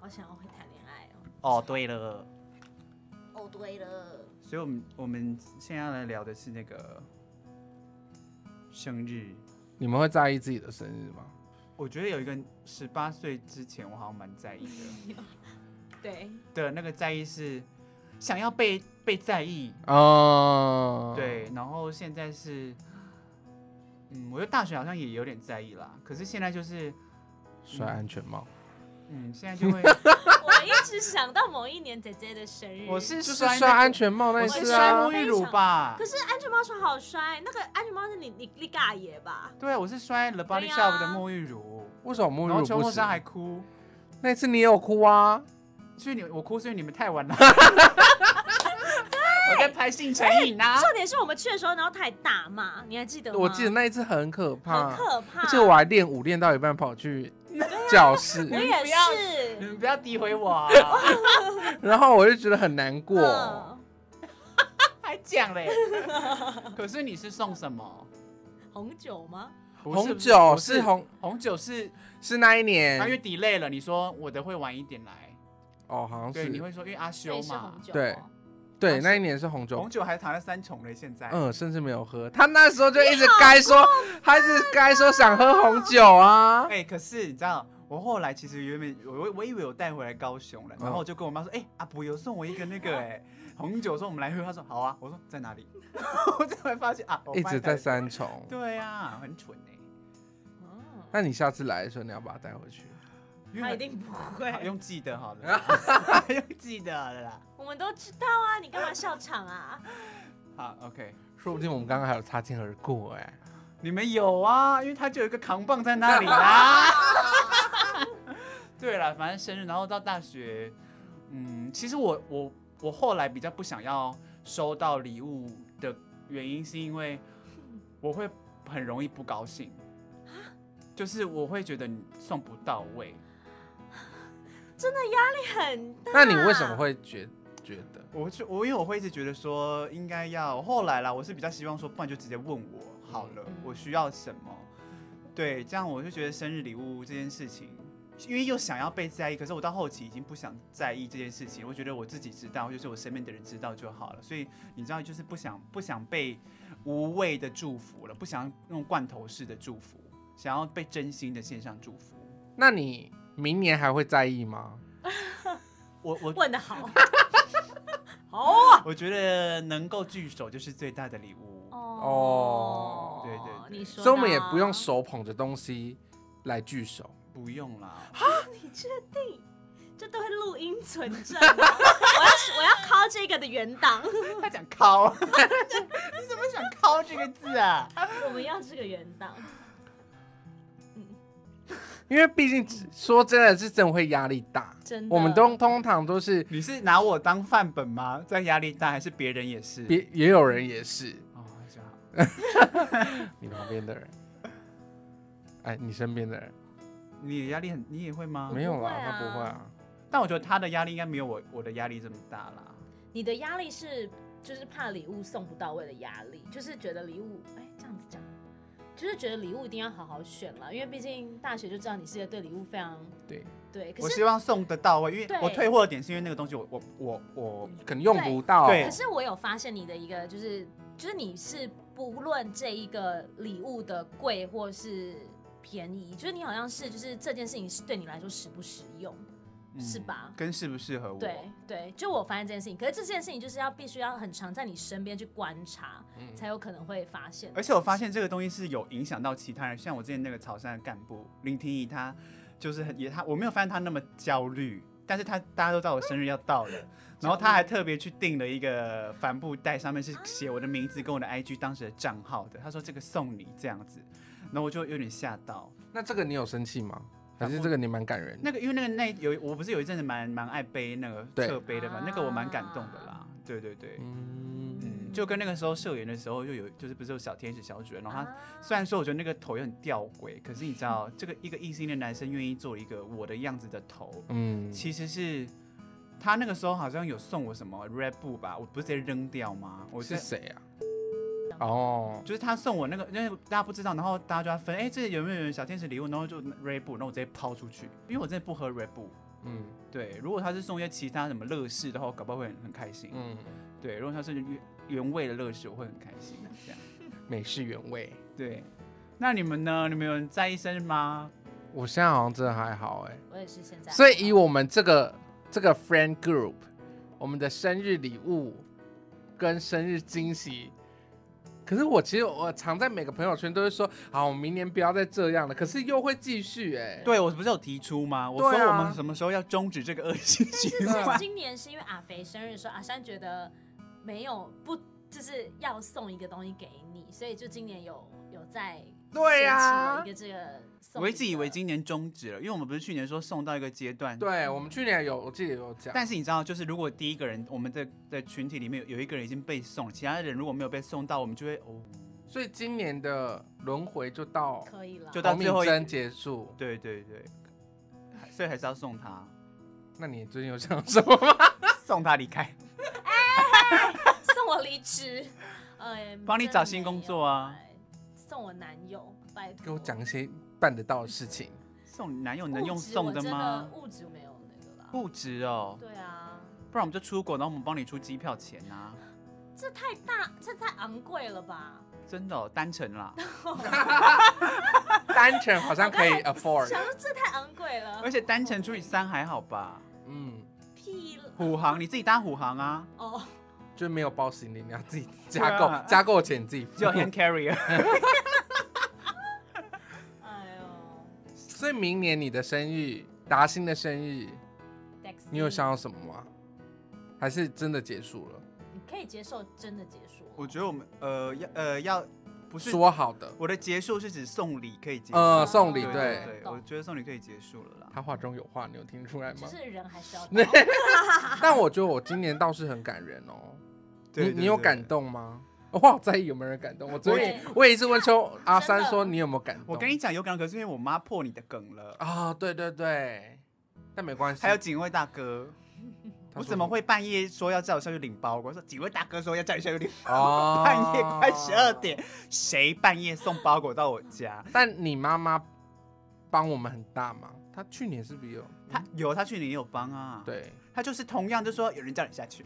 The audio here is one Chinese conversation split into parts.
好想要会谈恋爱哦。哦，对了，哦，对了，所以我们我们现在要来聊的是那个生日。你们会在意自己的生日吗？我觉得有一个十八岁之前，我好像蛮在意的。对，的那个在意是想要被被在意，哦，对。然后现在是，嗯，我觉得大学好像也有点在意啦。可是现在就是，摔安全帽，嗯，现在就 会，我一直想到某一年姐姐的生日，我是就是摔那摔安个，全帽那我一是次摔啊沐。浴乳吧可？是安全帽说好摔，那个安全帽是你你你尬爷吧？对啊，我是摔 The Body 对啊 Shop 的沐浴乳，为什么沐然后浴邱乳不梦行山？还哭，那次你也有哭啊？所以你我哭，所以你们 太晚了。我在拍性成瘾啊！重点是我们去的时候，然后他还大骂，你还记得吗？我记得那一次很可怕，很可怕，而且我还练舞练到一半跑去啊教 室，我也不要你是，嗯们不要诋毁我啊，然后我就觉得很难过。嗯还 讲嘞。可是你是送什么？红酒吗？不是红酒不是红哎红酒是，是那啊一因为年 delay 了，你说我的会晚一点来，哦，好像对，你是会说因为阿所修以是嘛红，酒哦，对对那一年是红酒红，酒还躺在三重嘞，现在。嗯，甚至没有喝。他那时候就一直该说，他一直该说想喝红酒啊。哎、可是你知道，我后来其实原本我我以为我带回来高雄了，然嗯后我就跟我妈说，哎、阿伯有送我一个那个哎、红酒，说我们来喝，她说好啊，我说在哪里？ 我这才发现啊，我一放直在台北。三重。对啊，很蠢哎、嗯，那你下次来的时候，你要把它带回去。因他为我一定不好会，用记得好 了，用记得好了啦。我们都知道啊，你干嘛笑场 啊？好，OK，说不定我们刚刚还有擦肩而过哎、你们有啊，因为他就有一个扛棒在那里啦。 对了，反正生日，然后到大学，嗯，其实我我我后来比较不想要收到礼物的原因，是因为我会很容易不高兴，就是我会觉得你送不到位，你很大，那你为什么会觉觉得？我就我因为我会一直觉得说应该要后来啦，我是比较希望说，不然就直接问我好了嗯，我需要什么？对，这样我就觉得生日礼物这件事情，因为又想要被在意，可是我到后期已经不想在意这件事情，我觉得我自己知道，就是我身边的人知道就好了。所以你知道，就是不想不想被无谓的祝福了，不想那种罐头式的祝福，想要被真心的线上祝福。那你明年还会在意吗？我我问的 好，好啊，我觉得能够聚首就是最大的礼物。哦对对对你说，所以我们也不用，手捧着东西来聚首。不用啦，你确定？这都会录音存证 啊，我要我要 call 这个的原 档，他讲敲， 你怎么想敲这个字啊？我们要这个原档，因为毕竟说真的是真的会压力大，真的，我们都通常都是你是拿我当范本吗？在压力大还是别人也是？别也有人也是哦，这样你旁边的人，哎，你身边的人你也压力很，你也会吗？没有会啦，啊他不会啊。但我觉得他的压力应该没有我我的压力这么大啦。你的压力是就是怕礼物送不到位的压力，就是觉得礼物，哎，这样子讲，就是觉得礼物一定要好好选了，因为毕竟大学就知道你是一个对礼物非常对，对，可我是希望送得到位，因对为我退货的点是因为那个东西我我我我可能用不到。对可是我有发现你的一个就是就是你是不论这一个礼物的贵或是便宜，就是你好像是就是这件事情是对你来说实不实用，嗯是吧嗯跟适不适合我？对对，就我发现这件事情，可是这件事情就是要必须要很常在你身边去观察，嗯才有可能会发现。而且我发现这个东西是有影响到其他人，像我之前那个潮汕的干部林廷义，他就是很也他我没有发现他那么焦虑，但是他大家都知道我生日要到了，然后他还特别去订了一个帆布袋，上面是写我的名字跟我的 IG 当时的账号的，他说这个送你这样子，然后我就有点吓到。那这个你有生气吗？还是这个你蛮感人的？啊那个因为那个那有我不是有一阵子蛮蛮爱背那个对侧背的嘛，那个我蛮感动的啦，对对对。嗯，嗯，就跟那个时候社员的时候，就有就是不是有小天使小主人，然后他啊虽然说我觉得那个头有点吊诡，可是你知道，这个一个异性恋男生愿意做一个我的样子的头，嗯，其实是他那个时候好像有送我什么 Red Bull 吧，我不是直接扔掉吗？我我是在谁啊？哦，就是他送我那个，那个大家不知道，然后大家就要分，哎、这有没有人小天使礼物？然后就 Red Bull，然后我直接抛出去，因为我真的不喝 Red Bull，嗯对，如果他是送一些其他什么乐事的话，我搞不好会很很开心。嗯，对，如果他是原原味的乐事，我会很开心。这样美式原味。对，那你们呢？你们有人在意生日吗？我现在好像真的还好哎、我也是现在。所以以我们这个这个 friend group，我们的生日礼物跟生日惊喜，可是我其实我常在每个朋友圈都会说，好，我明年不要再这样了，可是又会继续哎、对，我不是有提出吗？我说对啊我们什么时候要终止这个恶性循但是环？今年是因为阿肥生日的时候，阿山觉得没有不就是要送一个东西给你，所以就今年有有在对呀、掀起了一个这个送。我一直以为今年终止了，因为我们不是去年说送到一个阶段。。对，啊我们去年有我记得有讲，但是你知道，就是如果第一个人，我们的的群体里面有有一个人已经被送，其他人如果没有被送到，我们就会哦，所以今年的轮回就到可以了，就到黄最后敏一珍结束。对对对，还所以还是要送 他，那你最近有想什么吗？ 送他离开，送我离职，呃，帮你找新工作啊真的没有哎，送我男友，拜托给我讲一些办得到的事情。送男友能用物质送我的真吗？物质没有那个啦，不值哦，对啊，不然我们就出国，然后我们帮你出机票钱啊，这太大，这太昂贵了吧？真的哦、单程啦， 单程好像 可以 afford，想说这太昂贵了，而且单程除以三还好吧？嗯，屁了虎航你自己搭虎航 啊，哦，就没有包行李，你要自己对加啊购，加购钱自己只付有。hand carrier，哎呦。所以明年你的生日，达欣的生日， Dexy 你有想要什么吗？还是真的结束了？你可以接受真的结束吗？ 啊我觉得我们呃要呃要不是说好的，我的结束是指送礼可以结束，呃，送礼对对。对，我觉得送礼可以结束了啦。他话中有话，你有听出来只吗？是人还是要到 但我觉得我今年倒是很感人哦。对你你有感？对对动吗？ 我好在意有没有人感动。我昨天对我也是问 秋阿真的三说你有没有感动？我跟你讲有感动，可是因为我妈破你的梗了，啊，对对对，但没关系。还有警卫大哥。他说我怎么会半夜说要叫我下去领包裹？我说警卫大哥说要叫你下去领，哦半夜快十二点，谁半夜送包裹到我家？但你妈妈帮我们很大忙，她去年是不是有？他有他去年也有帮啊，，对他就是同样就说有人叫你下去，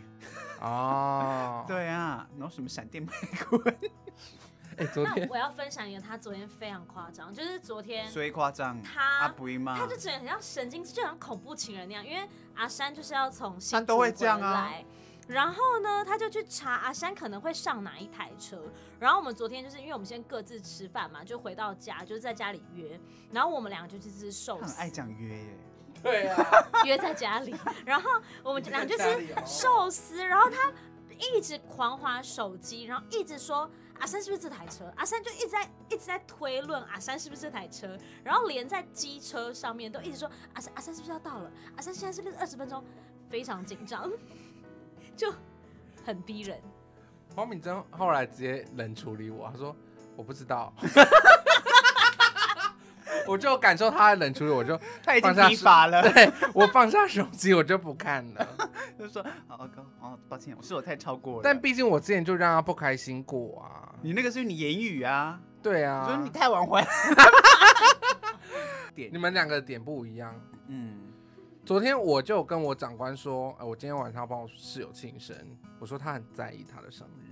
哦，，对啊，然后什么闪电 麦棍，哎、昨那天 我要分享一个，他昨天非常夸张，就是昨天所以夸张，他阿布啊姨妈他就整个很像神经，就像恐怖情人那样，因为阿山就是要从新他都会这样啊竹回来。然后呢，他就去查阿山可能会上哪一台车。然后我们昨天就是因为我们先各自吃饭嘛，就回到家，就是在家里约。然后我们俩就去吃寿他很司，爱讲约耶，对啊， 约在家里。然后我们俩就在家吃里哦寿司，然后他一直狂划手机，然后一直说阿三是不是这台车？阿三就一直在一直在推论阿三是不是这台车，然后连在机车上面都一直说阿三阿三是不是要到了？阿三现在是不是二十分钟？非常紧张， 就很逼人。黄敏珍后来直接冷处理我，她说我不知 道。我就感受她的冷处理，我就 他已经放下疲乏了， 对我放下手机，我就不看了。就说哦哥哦，抱歉，我是我太超过了，但毕竟我之前就让她不开心过啊啊。你那个是你言语啊，对我啊，说你太晚回来，你们两个点不一样。嗯，昨天我就有跟我长官说，呃，我今天晚上要帮我室友庆生，我说他很在意他的生日，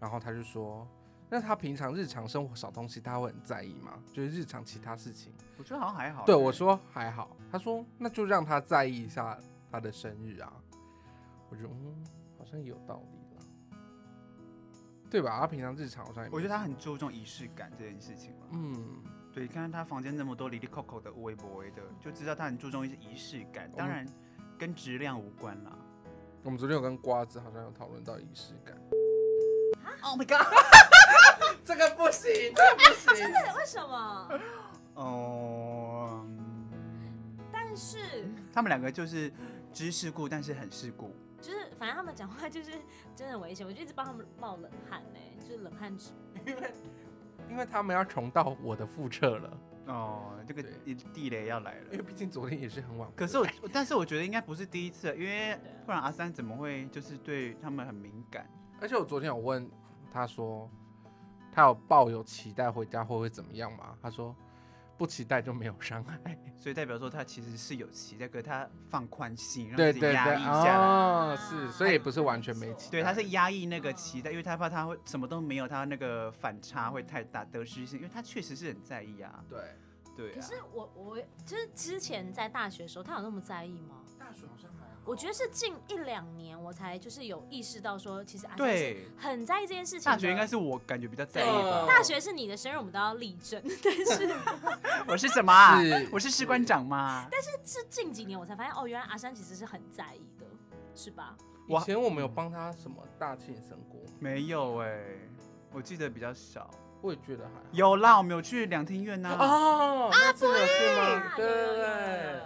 然后他就说，那他平常日常生活少东西他会很在意吗？就是日常其他事情。我觉得好像还好，对我说还好，他说那就让他在意一下他的生日啊。我觉得嗯，好像有道理啦，对吧？他平常日常好像也没我觉得他什么很注重仪式感这件事情了。嗯，对，看看他房间那么多离离扣扣的微博的，就知道他很注重一些仪式感，当嗯然跟质量无关啦。我们昨天有跟瓜子好像有讨论到仪式感， Oh my god！ 这个不行，这个不行。为什么？哦、但是他们两个就是知世故，但是很世故。就是反正他们讲话就是真的很危险，我就一直帮他们冒冷汗呢、就是冷汗直因为他们要重蹈我的覆辙了，哦、这个对地地雷要来因为了。哎毕竟昨天也是很晚。可是我，但是我觉得应该不是第一次了，因为对啊不然阿三怎么会就是对他们很敏感？而且我昨天有问他说，他有抱有期待回家会会怎么样吗？他说不期待就没有伤害。所以代表说他其实是有期待，可是他放宽心，让对自己对压对，抑下来。哦，是，所以也不是完全没期待。对，他是压抑那个期待，因为他怕他会什么都没有，他那个反差会太大，得失心，因为他确实是很在意啊。对。对可啊，是我我就是之前在大学的时候，他有那么在意吗？大学好像还好我觉得是近一两年我才就是有意识到说，其实阿三是对，很在意这件事情的。大学应该是我感觉比较在意对吧。大学是你的生日，我们都要立正，但是我是什么啊是？我是士官长吗？呃是近几年我才发现，哦，原来阿山其实是很在意的，是吧？我以前我们有帮他什么大庆生过吗，没有哎，我记得比较少。我也觉得还好。有啦，我们有去两厅院啊呐。哦，那这个是吗？对有有对有有有对有，有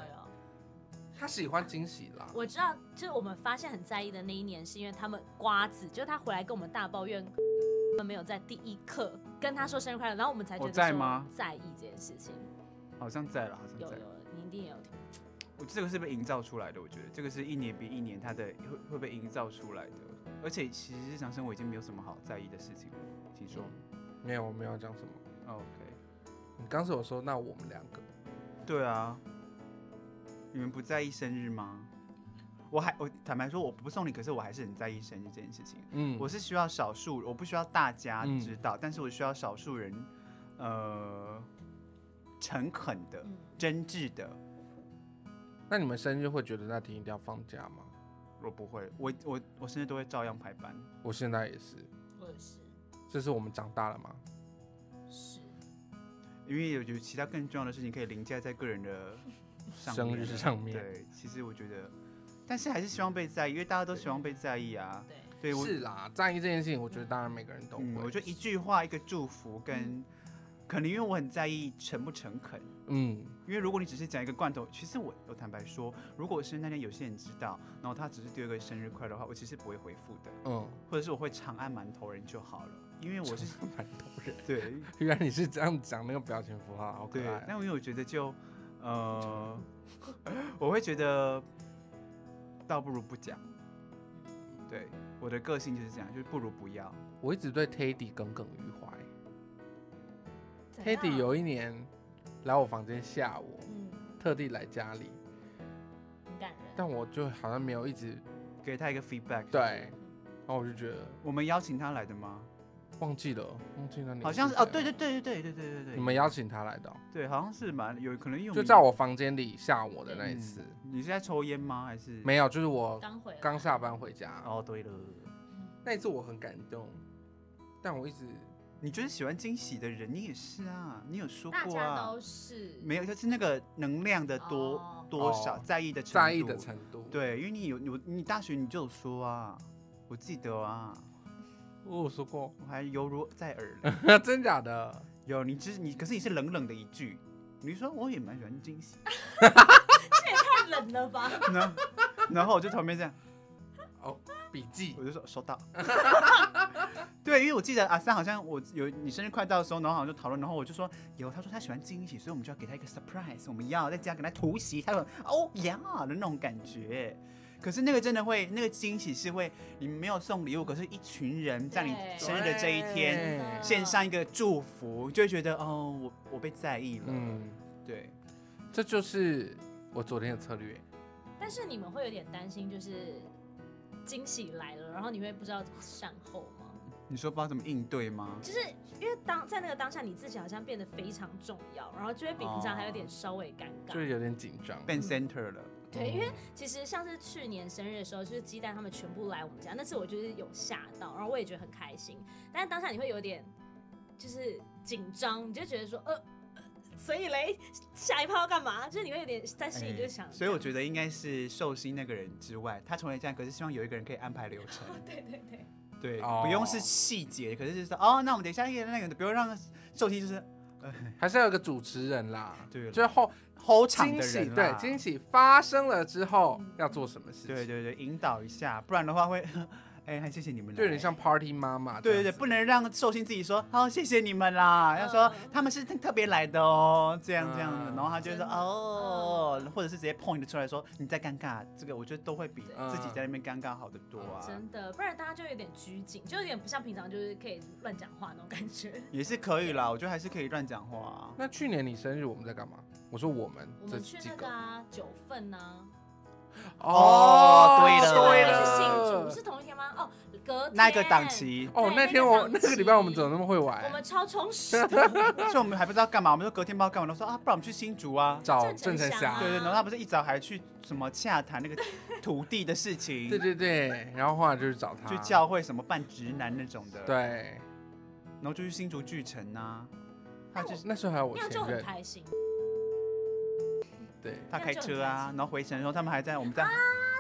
他喜欢惊喜啦。我知道，就是我们发现很在意的那一年，是因为他们瓜子，就是他回来跟我们大抱怨，我们没有在第一刻跟他说生日快乐，然后我们才觉我得在说吗在意这件事情。好像在了，好像有在。有，你一定也有听。我这个是被营造出来的，我觉得这个是一年比一年它的会会被营造出来的，而且其实日常生活已经没有什么好在意的事情了，请说。哦没有，我没有讲什么。 OK，你刚才有说，那我们两个，对啊，你们不在意生日吗？我还我坦白说我不送你，可是我还是很在意生日这件事情。嗯我是需要少数，我不需要大家嗯知道，但是我需要少数人，呃，诚恳的、嗯，真挚的。那你们生日会觉得那天一定要放假吗？我不会，我我我生日都会照样排班。我现在也是，我也是，这是我们长大了吗？是。因为有有其他更重要的事情可以凌驾在个人 的上生面日上面对，其实我觉得，但是还是希望被在意，因为大家都希望被在意啊。对，对我，是啦，在意这件事情，我觉得当然每个人都会。嗯，我觉得一句话、一个祝福跟，可能因为我很在意诚不诚恳。嗯，因为如果你只是讲一个罐头，其实我我坦白说，如果是那天有些人知道，然后他只是丢一个生日快乐的话，我其实不会回复的，嗯，或者是我会长按馒头人就好了，因为我是蛮多人。对原来你是这样讲那个表情符号，好可对，爱哦但因为我觉得就，呃， 我会觉得，倒不如不讲。对，我的个性就是这样，就是不如不要。哦。我一直对 Teddy 耿耿于怀。怎样啊 Teddy，有一年来我房间吓我，嗯，特地来家里，很感人。但我就好像没有一直给他一个 feedback。对，，然后我就觉得我们邀请他来的吗？忘记了，忘记那年好像是谁哦，了对对，对对对对对对你对，们邀请他来的哦、对，好像是蛮有可能因为就们在我房间里吓我的那一嗯次，你是在抽烟吗？还是？没有，就是我刚回来刚下班回家，哦，对了，那一次我很感动，但我一直你就是喜欢惊喜的人，你也是啊，你有说大过家啊都？是没有，就是那个能量的多、哦多少，哦在意的程度，在意的程度。，对，因为你有你有你大学你就有说啊，我记得啊，哦我有说过，我还犹如在耳嘞。 真假的？有你只是你，可是你是冷冷的一句，你说我也蛮喜欢惊喜，太冷了吧？ 然后 然后我就旁边这样，哦，笔记我就说收到。 对，因为我记得阿三好像我有你生日快到的时候，然后好像就讨论，然后我就说有，他说他喜欢惊喜，所以我们就要给他一个 surprise，我们要在家给他突袭，他说哦呀的那种感觉。可是那个真的会，那个惊喜是会，你没有送礼物，可是一群人在你对生日的这一天，真对的献上一个祝福，就会觉得哦，我我被在意了。嗯，对，这就是我昨天的策略。但是你们会有点担心，就是惊喜来了，然后你会不知道怎么善后吗？你说不知道怎么应对吗？就是因为当在那个当下，你自己好像变得非常重要，然后就会比平常还有点稍微尴尬。哦就是有点紧张，变 center 了，对，因为其实像是去年生日的时候，就是鸡蛋他们全部来我们家，那次我就是有吓到，然后我也觉得很开心，但是当下你会有点就是紧张，你就觉得说呃。呃所以嘞，下一趴要干嘛？就是你会有点在心里就想、哎所以我觉得应该是寿星那个人之外，他成为这样，可是希望有一个人可以安排流 程，对对对，对，哦不用是细节，可是就是哦，那我们等一下那个那个，不用让寿星就是还是要有个主持人啦。嗯 对了就是后吼场惊的喜，人对啦惊喜发生了之后嗯要做什么事情？对对对，引导一下，不然的话会， 哎、很谢谢你们来，就有点像 Party 妈妈这对对样子。对，不能让寿星自己说好、谢谢你们啦，要说嗯他们是特别来的哦，这样这样子，嗯然后他就会说真的哦，或者是直接 point 出来说你在尴尬，这个我觉得都会比嗯自己在那边尴尬好得多啊，真的，不然大家就有点拘谨，就有点不像平常就是可以乱讲话那种感觉。也是可以啦，我觉得还是可以乱讲话啊。那去年你生日我们在干嘛？我说我们我这们去几那个啊，九份啊，哦对是吗了对还是了新竹，是同一天吗？哦，隔那一个档天，期，哦，对那那天个我档那个礼拜我们期怎么那么会玩？我们超充实的， 所以我们还不知道干嘛，我们就隔天不知道干嘛，都说啊，不然我们去新竹啊。找郑郑成成祥啊霞，对对，然后他不是一早还去什么洽谈那个土地的事情， 对对对，然后后来就是找他去教会什么办直男那种的，，对，然后就去新竹巨城啊，他那就我是那时候还有我那样就前很任，开心。对，他开车啊，然后回程的时候他们还在我们在，他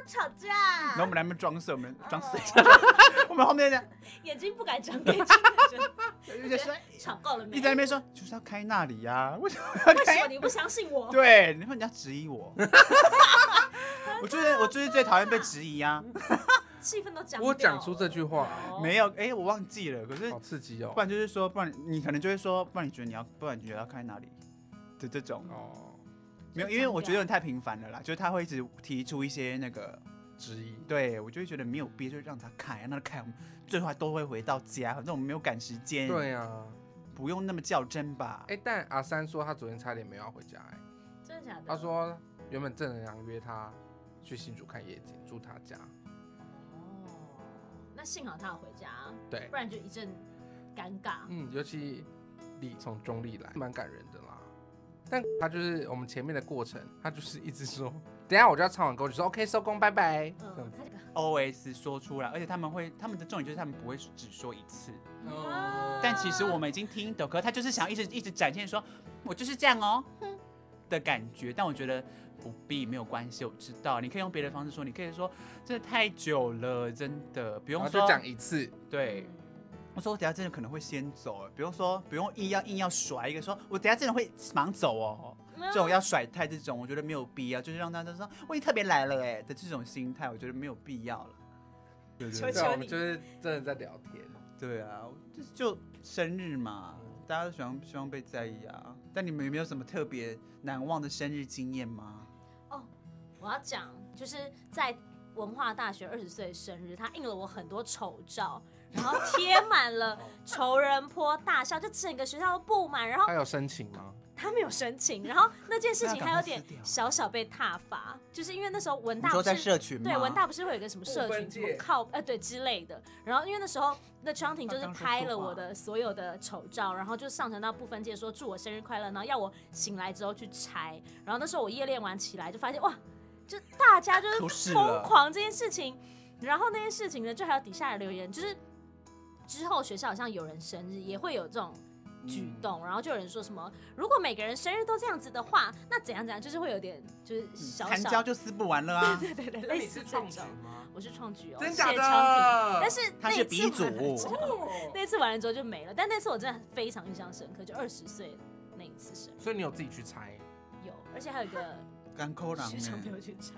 吵架，然后我们来那边装睡，我们装睡，哦我们后面在眼睛不敢睁，眼睛不敢睁一直说 吵够了没？一直在那边说就是要开那里 呀，为什么为什要开么你不相信我？对，然后你要质疑我， 我就是我就是最讨厌被质疑啊。气氛都讲。我讲出这句话，哦没有，哎、我忘记了。可是好刺激哦不，然就是说，不然你可能就会说，不然你觉得你要，不然你觉得要开哪里的这种，哦，没有，就因为强我觉得调有点太频繁了啦，就是他会一直提出一些那个，质疑，对我就会觉得没有必要，就让他开，让他开，我们最后还都会回到家，反正我们没有赶时间，，对呀，不用那么较真吧。哎，但阿三说他昨天差点没有要回家，哎，真的假的？他说原本郑成阳约他去新竹看夜景，住他家，哦，那幸好他有回家，哎对不，然就一阵尴尬。嗯，尤其李从中立来，蛮感人的啦。但他就是我们前面的过程，他就是一直 说，等一下我就要唱完歌，我就说 OK 收工，拜拜，这样嗯，子。他这个 O S 说出来，而且他们会，他们的重点就是他们不会只说一次，啊但其实我们已经听懂，可是他就是想一直一直展现说，我就是这样哦、的感觉。但我觉得不必，没有关系，我知道，你可以用别的方式说，你可以说真的太久了，真的不然用后说就讲一嗯次，对。我说我等下真的可能会先走，不用说，不用硬要硬要甩一个说，我等下真的会忙走哦。嗯这种要甩态这种，我觉得没有必要，就是让大家说我也特别来了哎的这种心态，我觉得没有必要了。对求对，啊求我你们就是真的在聊天。对啊，就就生日嘛，大家都喜欢希望被在意啊。但你们有没有什么特别难忘的生日经验吗？我要讲，就是在文化大学二十岁生日，他印了我很多丑照，然后贴满 哦了仇人坡大校，就整个学校都布满，然后他有申请吗？他没有申请，然后那件事情还有点那要赶快撕掉小小被挞伐，就是因为那时候文你大说不在是社群吗？对文大不是会有一个什么社不群分什么界靠呃对之类的，然后因为那时候那 t r u n t i n 就是刚刚说拍错了话我的所有的丑照，然后就上传到不分界说祝我生日快乐，然后要我醒来之后去拆，然后那时候我夜练完起来就发现哇，就大家就出是事疯了狂这件事情，然后那件事情呢就还有底下的留言就是。之后学校好像有人生日也会有这种举嗯动，然后就有人说什么，如果每个人生日都这样子的话，那怎样怎样，就是会有点就是嗯小残胶小，就撕不完了啊！ 对对哎对，类似这种。吗？我是创举哦，真谢假谢的昌平但是他那是一次鼻祖完了之后 哦那次完了之后就没了，但那次我真的非常印象深刻，就二十岁那一次生日 所以你有自己去猜，有，而且还有一个干扣狼学长陪欸，我去拆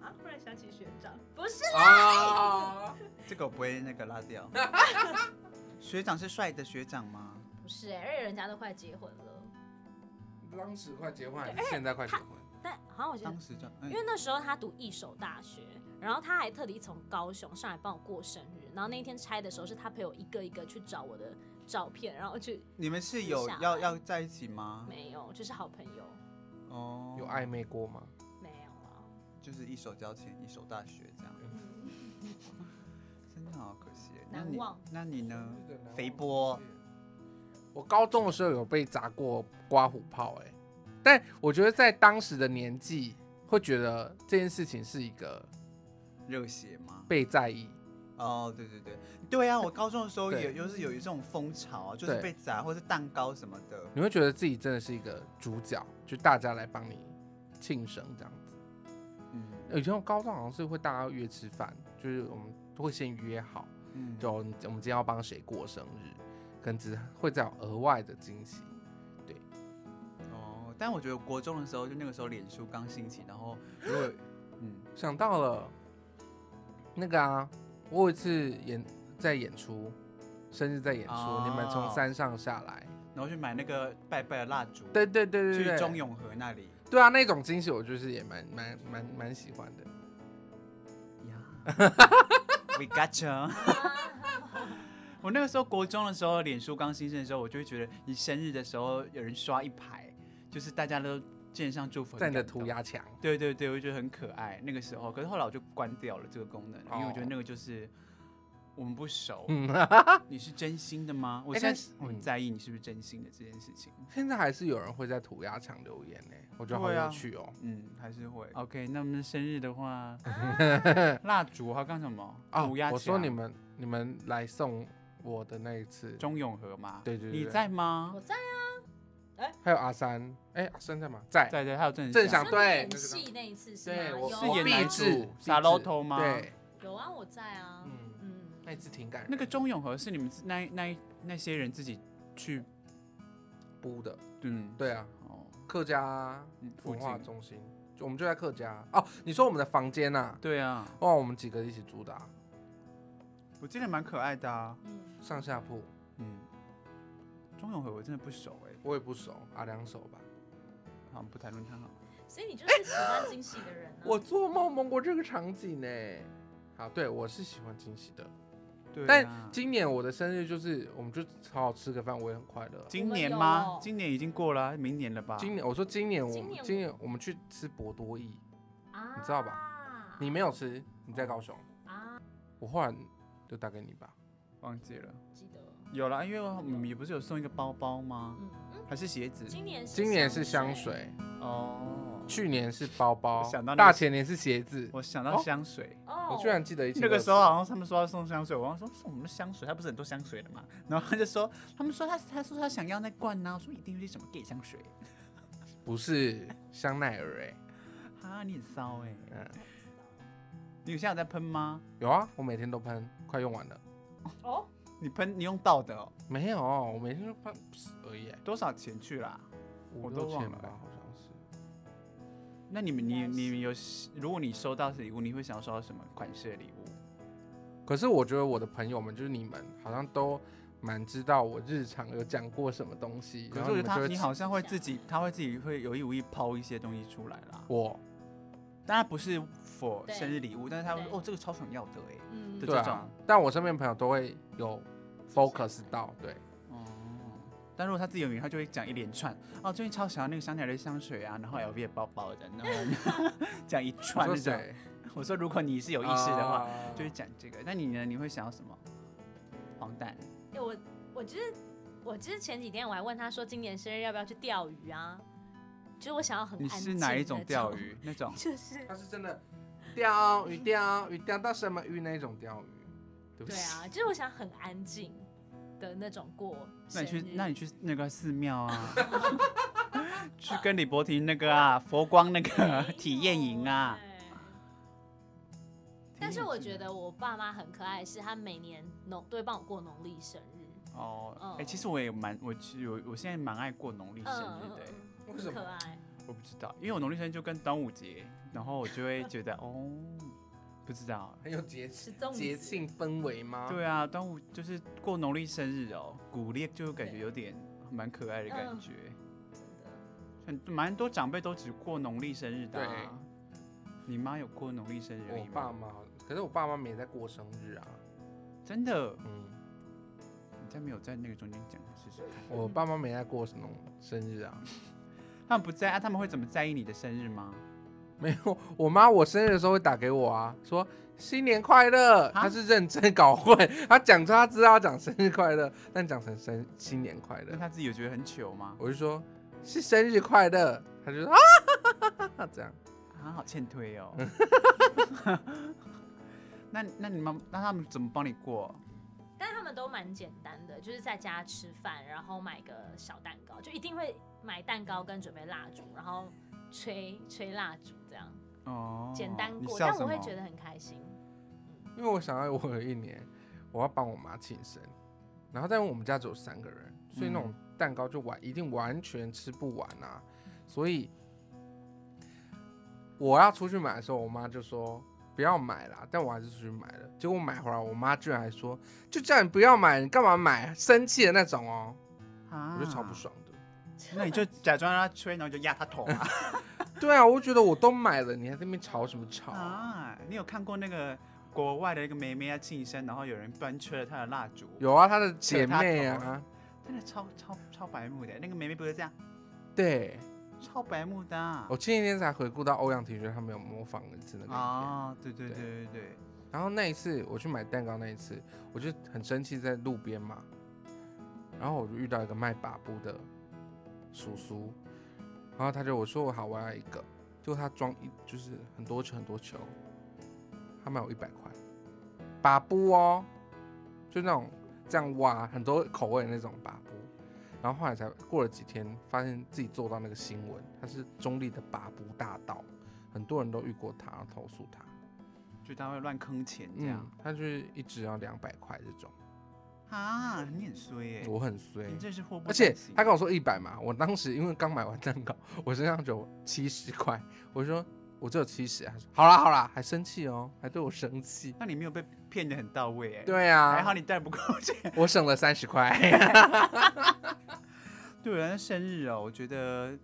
啊，忽然想起学长，不是啊，这个我不会那个拉 掉。学长是帅的学长吗？不是哎、而且人家都快结婚了，当时快结婚还哎是现在快结婚？但好像我觉得当时就哎因为那时候他读一手大学，然后他还特地从高雄上来帮我过生日，然后那一天拆的时候是他陪我一个一个去找我的照片，然后去你们是有私下要要在一起吗？没有，就是好朋友哦，有暧，昧过吗？没有啊，就是一手交钱，一手大学这样， 真的好可惜。那嗯难你忘那你呢？肥波，我高中的时候有被砸过刮胡泡、哎，但我觉得在当时的年纪，会觉得这件事情是一个热血吗？被在意，哦，对对对，对啊，我高中的时候对也就是有一种风潮，啊就是对被砸或是蛋糕什么的。你会觉得自己真的是一个主角，就大家来帮你庆生这样子。呃嗯以前我高中好像是会大家约吃饭，就是我们会先约好，嗯，就我们今天要帮谁过生日，可能只会再有额外的惊喜。哦，但我觉得国中的时候，就那个时候脸书刚兴起，然后如果嗯，想到了那个啊，我有一次演在演出，生日在演出，哦你们从山上下来，然后去买那个拜拜的蜡烛，对对对对去对，中永和那里。对啊，那种惊喜我就是也蛮蛮蛮蛮喜欢的。呀 We got you 我那个时候国中的时候，脸书刚兴盛的时候，我就会觉得你生日的时候有人刷一排，就是大家都献上祝福，在你的很感动涂。鸦墙，对对对，我就觉得很可爱。那个时候，可是后来我就关掉了这个功能，因为我觉得哦那个就是我们不熟。嗯， 你是真心的吗？我哎现在但是是我很嗯在意你是不是真心的这件事情。现在还是有人会在涂鸦墙留言呢、我觉得好对啊有趣哦、嗯，还是会。OK，那我们的生日的话， 蜡烛还有干什么？啊，涂鸦我说墙你们你们来送我的那一次，钟永和嘛？对对对你对在吗啊我？在还有阿三，哎、阿三在吗？在，在对，还有郑郑祥想是对演那个戏那一次是对吗？我有是啊演哪必一志出有必志傻老头吗对，有啊，我在啊，嗯，嗯，那一次挺感人，那个钟永和是你们自那那那些人自己去，布的，嗯，对啊，哦，客家嗯附文化近，中心，就我们就在客家哦。你说我们的房间呐、对啊，啊？哇，我们几个一起住的啊、我记得蛮可爱的啊，嗯，上下铺，嗯，钟永和我真的不熟哎，我也不熟，啊，两手吧。嗯好，我们不谈论他好了。所以你就是喜欢惊喜的人啊。哎我做梦梦过这个场景呢。好，对我是喜欢惊喜的，对啊，但今年我的生日就是，我们就好好吃个饭，我也很快乐。今我年有吗？今年已经过了啊，明年了吧？今年我说今年我今年我今年我们去吃博多意，啊，你知道你没有吃，你在高雄，啊？我后来就打给你吧。忘记了，记得，有了，因为我们也不是有送一个包包吗？嗯嗯，还是鞋子？今年今年是香水，哦，去年是包包我想到，那个大前年是鞋子，我想到哦香水。哦，我居然记得一起。那个时候啊好像他们说要送香水，我刚说送我们的香水，他不是很多香水的 嘛？然后他就说，他们说他他说他想要那罐呢、我说一定是什么 gay 香水不是香奈儿哎、啊，你很骚哎、欸！嗯，你有现在有在喷吗？有啊，我每天都喷，快用完了。哦，你喷你用到的、哦，没有，我每天都喷而已欸、多少钱去啦？五我都六忘千了欸吧，好像是。那你们你应该是你们有，如果你收到礼物，你会想要收到什么款式的礼物？可是我觉得我的朋友们，就是你们，好像都蛮知道我日常有讲过什么东西，可然是我觉后你得们他就你会好像会自己，他会自己会有意无意抛一些东西出来啦。我当然不是 for 对生日礼物，但是他会说对哦这个超想要的哎、嗯对就对这啊种，但我身边朋友都会有 focus 到，对，哦，但如果他自己有名，他就会讲一连串哦，最近超想要那个香奈儿的香水啊，然后 LV 的包包的，然后讲一你串嗯说那种。谁我说如果你是有意识的话，啊就会讲这个。那你呢？你会想要什么？黄蛋哎我我就是我就是前几天我还问他说，今年生日要不要去钓鱼啊？就是我想要很你安是静哪一那种钓？鱼？那 种就是他是真的钓鱼钓鱼钓到什么鱼那种钓鱼，对不对起，啊，就是我想很安静的那种过生那你日。去，那你去那个寺庙啊， 去跟李伯廷那个啊，佛光那个 体验营啊。没有欸但是我觉得我爸妈很可爱，是他每年农都会帮我过农历生日，哦，哎、嗯其实我也蛮，我其实我我现在蛮爱过农历生日的欸、为嗯什很可么？爱。我不知道，因为我农历生日就跟端午节，然后我就会觉 得哦，不知道。很有节吃气粽子节庆氛围吗？对啊，端午就是过农历生日哦，古历就感觉有点蛮可爱的感觉。真的很蛮多长辈都只过农历生日的、啊。你妈有过农历生日而我已爸吗？妈好，可是我爸妈没在过生日啊。真的，嗯，你再没有在那个中间讲试试看。我爸妈没在过什么生日啊。 他们不在啊，他们会怎么在意你的生日吗？没有，我妈我生日的时候会打给我啊，说新年快乐。啊她是认真搞混，她讲出她知道她讲生日快乐，但讲成生新年快那乐，他自己有觉得很糗吗？我就说是生日快乐，她就说啊哈哈哈哈这样。啊，好欠推 哦。 那那你妈那他们怎么帮你过？但他们都蛮简单的，就是在家吃饭，然后买个小蛋糕，就一定会买蛋糕跟准备蜡烛，然后吹吹蜡烛这样，哦，简单你过，笑但什我么？会觉得很开心。因为我想要我有一年我要帮我妈庆生，然后但我们家只有三个人，所以那嗯种蛋糕就完一定完全吃不完啊，所以我要出去买的时候，我妈就说不要买啦，但我还是出去买了。结果买回来，我妈居然还说，就叫你不要买，你干嘛买？生气的那种哦，啊我就超不。爽的。 那你就假装让他吹，然后就压他头 啊！对啊，我就觉得我都买了，你还在那边吵什么吵？啊，你有看过那个国外的一个妹妹要庆生，然后有人端吹了她的蜡烛，有啊，她的姐妹啊，真的超超超白目的。那个妹妹不是这样，对超白目的啊。我前几天才回顾到欧阳婷轩他们有模仿一次那个影片。啊，对对对对对，然后那一次我去买蛋糕那一次，我就很生气，在路边嘛，然后我就遇到一个卖把布的叔叔，然后他就我说我好我要一个，就他装一就是很多球很多球，他卖我一百块，把布哦，就那种这样挖很多口味的那种把布，然后后来才过了几天，发现自己做到那个新闻，他是中立的把布大盗，很多人都遇过他，然后投诉他。就他会乱坑钱这嗯样。，他就是一直要两百块这种，啊，你很衰耶、我很衰。你真是祸不而单且行他跟我说一百嘛，我当时因为刚买完蛋糕，我身上只有七十块，我说我只有七十，他说好啦好啦，还生气哦，还对我生气。那你没有被骗的很到位哎、，对还好啊，你带不够钱。我省了三十块。对，人家生日哦，我觉得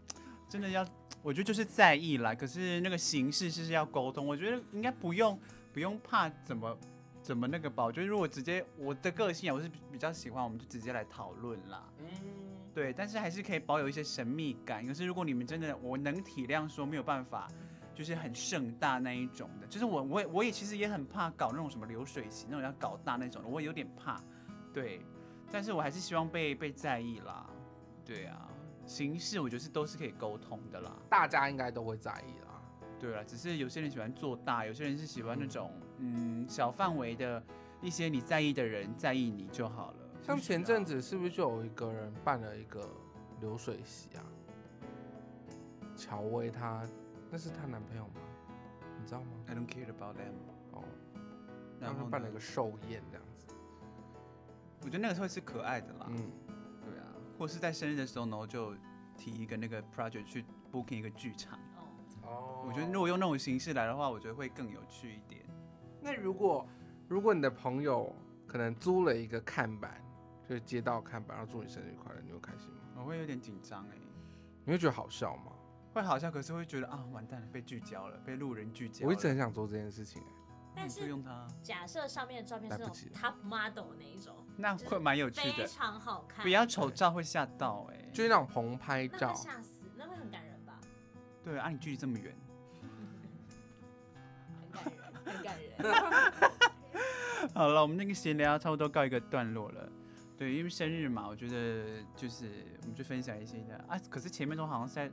真的要，我觉得就是在意啦。可是那个形式是要沟通，我觉得应该不用不用怕怎么怎么那个吧。我觉得如果直接我的个性啊，我是比比较喜欢，我们就直接来讨论啦。对，但是还是可以保有一些神秘感。可是如果你们真的，我能体谅说没有办法，就是很盛大那一种的，就是我我也我也其实也很怕搞那种什么流水席那种要搞大那种的，我有点怕。对，但是我还是希望被被在意啦。对啊，形式我觉得是都是可以沟通的啦。大家应该都会在意啦。对啊啦，只是有些人喜欢做大，有些人是喜欢那种嗯小范围的一些你在意的人在意你就好了。像不需要前阵子是不是就有一个人办了一个流水席啊？乔薇她那是她男朋友吗？你知道吗？ ，I don't care about them。哦，然然后后办了呢一个寿宴这样子。我觉得那个会是可爱的啦，嗯，对啊，或是在生日的时候呢，就提一个那个 project 去 booking 一个剧场。哦，哦我觉得如果用那种形式来的话，我觉得会更有趣一点。那如果如果你的朋友可能租了一个看板，就是街道看板，然后祝你生日快乐，你会开心吗？我会有点紧张哎，你会觉得好笑吗？会好笑，可是会觉得啊，完蛋了，被聚焦了，被路人聚焦了。我一直很想做这件事情、欸，那但你是就用它，假设上面的照片是那种来不及了 top model 那一种，那就是会蛮有趣非的。常好看，不要丑照会吓到哎、就是那种棚拍那照会， 吓死，那会很感人吧？对啊，你距离这么远。很感人，很感人。好了，我们那个闲聊差不多告一个段落了。对，因为生日嘛，我觉得就是我们就分享一些的啊，可是前面都好像是在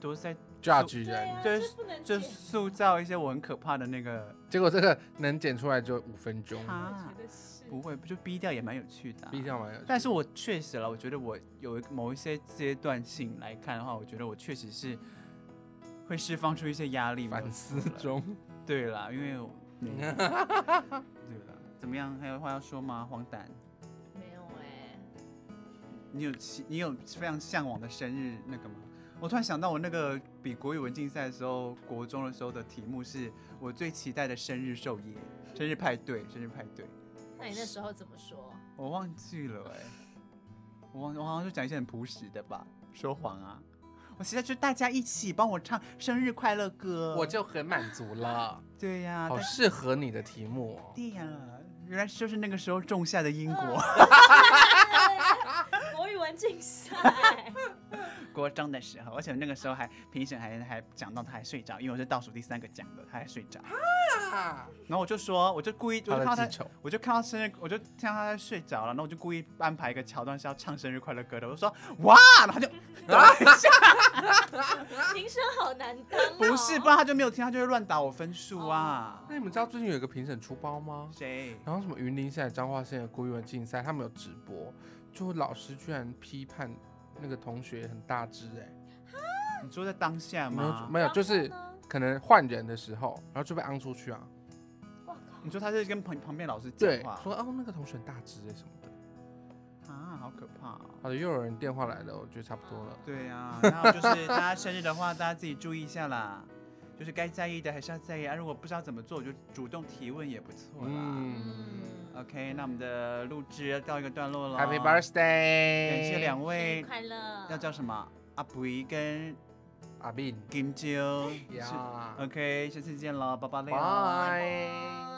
都是在榨取对人，啊，就是这不能就剪塑造一些我很可怕的那个，结果这个能剪出来就五分钟，我啊觉，得是不会，就逼掉也蛮有趣的啊、必须要蛮有趣的。但是我确实了，我觉得我有一某一些阶段性来看的话，我觉得我确实是会释放出一些压力。反思。中，对啦，因为我、嗯对啦，怎么样？还有话要说吗？黄疸，没有哎，你有期你有非常向往的生日那个吗？我突然想到，我那个比国语文竞赛的时候，国中的时候的题目是我最期待的生日寿宴、生日派对、生日派对。那你那时候怎么说？我忘记了 哎、我忘我好像就讲一些很朴实的吧，说谎啊！我期待就大家一起帮我唱生日快乐歌， 我就很满足了，对呀、好但是适合你的题目哦。对呀、原来就是那个时候种下的因果。 国语文竞赛，国中的时候，而且那个时候还评审还还讲到他还睡着，因为我是倒数第三个讲的，他还 睡着。啊然后我就说，我就故意，我就好看到了，他记，仇。我就看到生日，我就听到他在睡着了，然后我就故意安排一个桥段是要唱生日快乐歌的，我就说哇，然后他就评审好难当哦。 不是，不然他就没有听，他就会乱打我分数啊。那你们知道最近有一个评审出包吗？谁？然后什么云林县、彰化县的国语文竞赛，他们有直播，就老师居然批判那个同学很大只哎、你说在当下没有吗？没有，就然后是呢可能换人的时候，然后就被昂出去啊，哇靠你说他是跟旁旁边老师讲对话，，说哦那个同学很大只哎、什么的。啊，好可怕、哦。好的，又有人电话来了，我觉得差不多了。对啊，然后就是大家生日的话，大家自己注意一下啦。就是该在意的还是要在意啊。如果不知道怎么做，我就主动提问也不错啦。嗯嗯， OK，那我们的录制到一个段落了。 ，Happy Birthday！感感谢两生日位，快乐，要叫什么？阿培跟阿斌金啾。是呀，呃 OK，下次见了，拜拜了。拜。呃拜。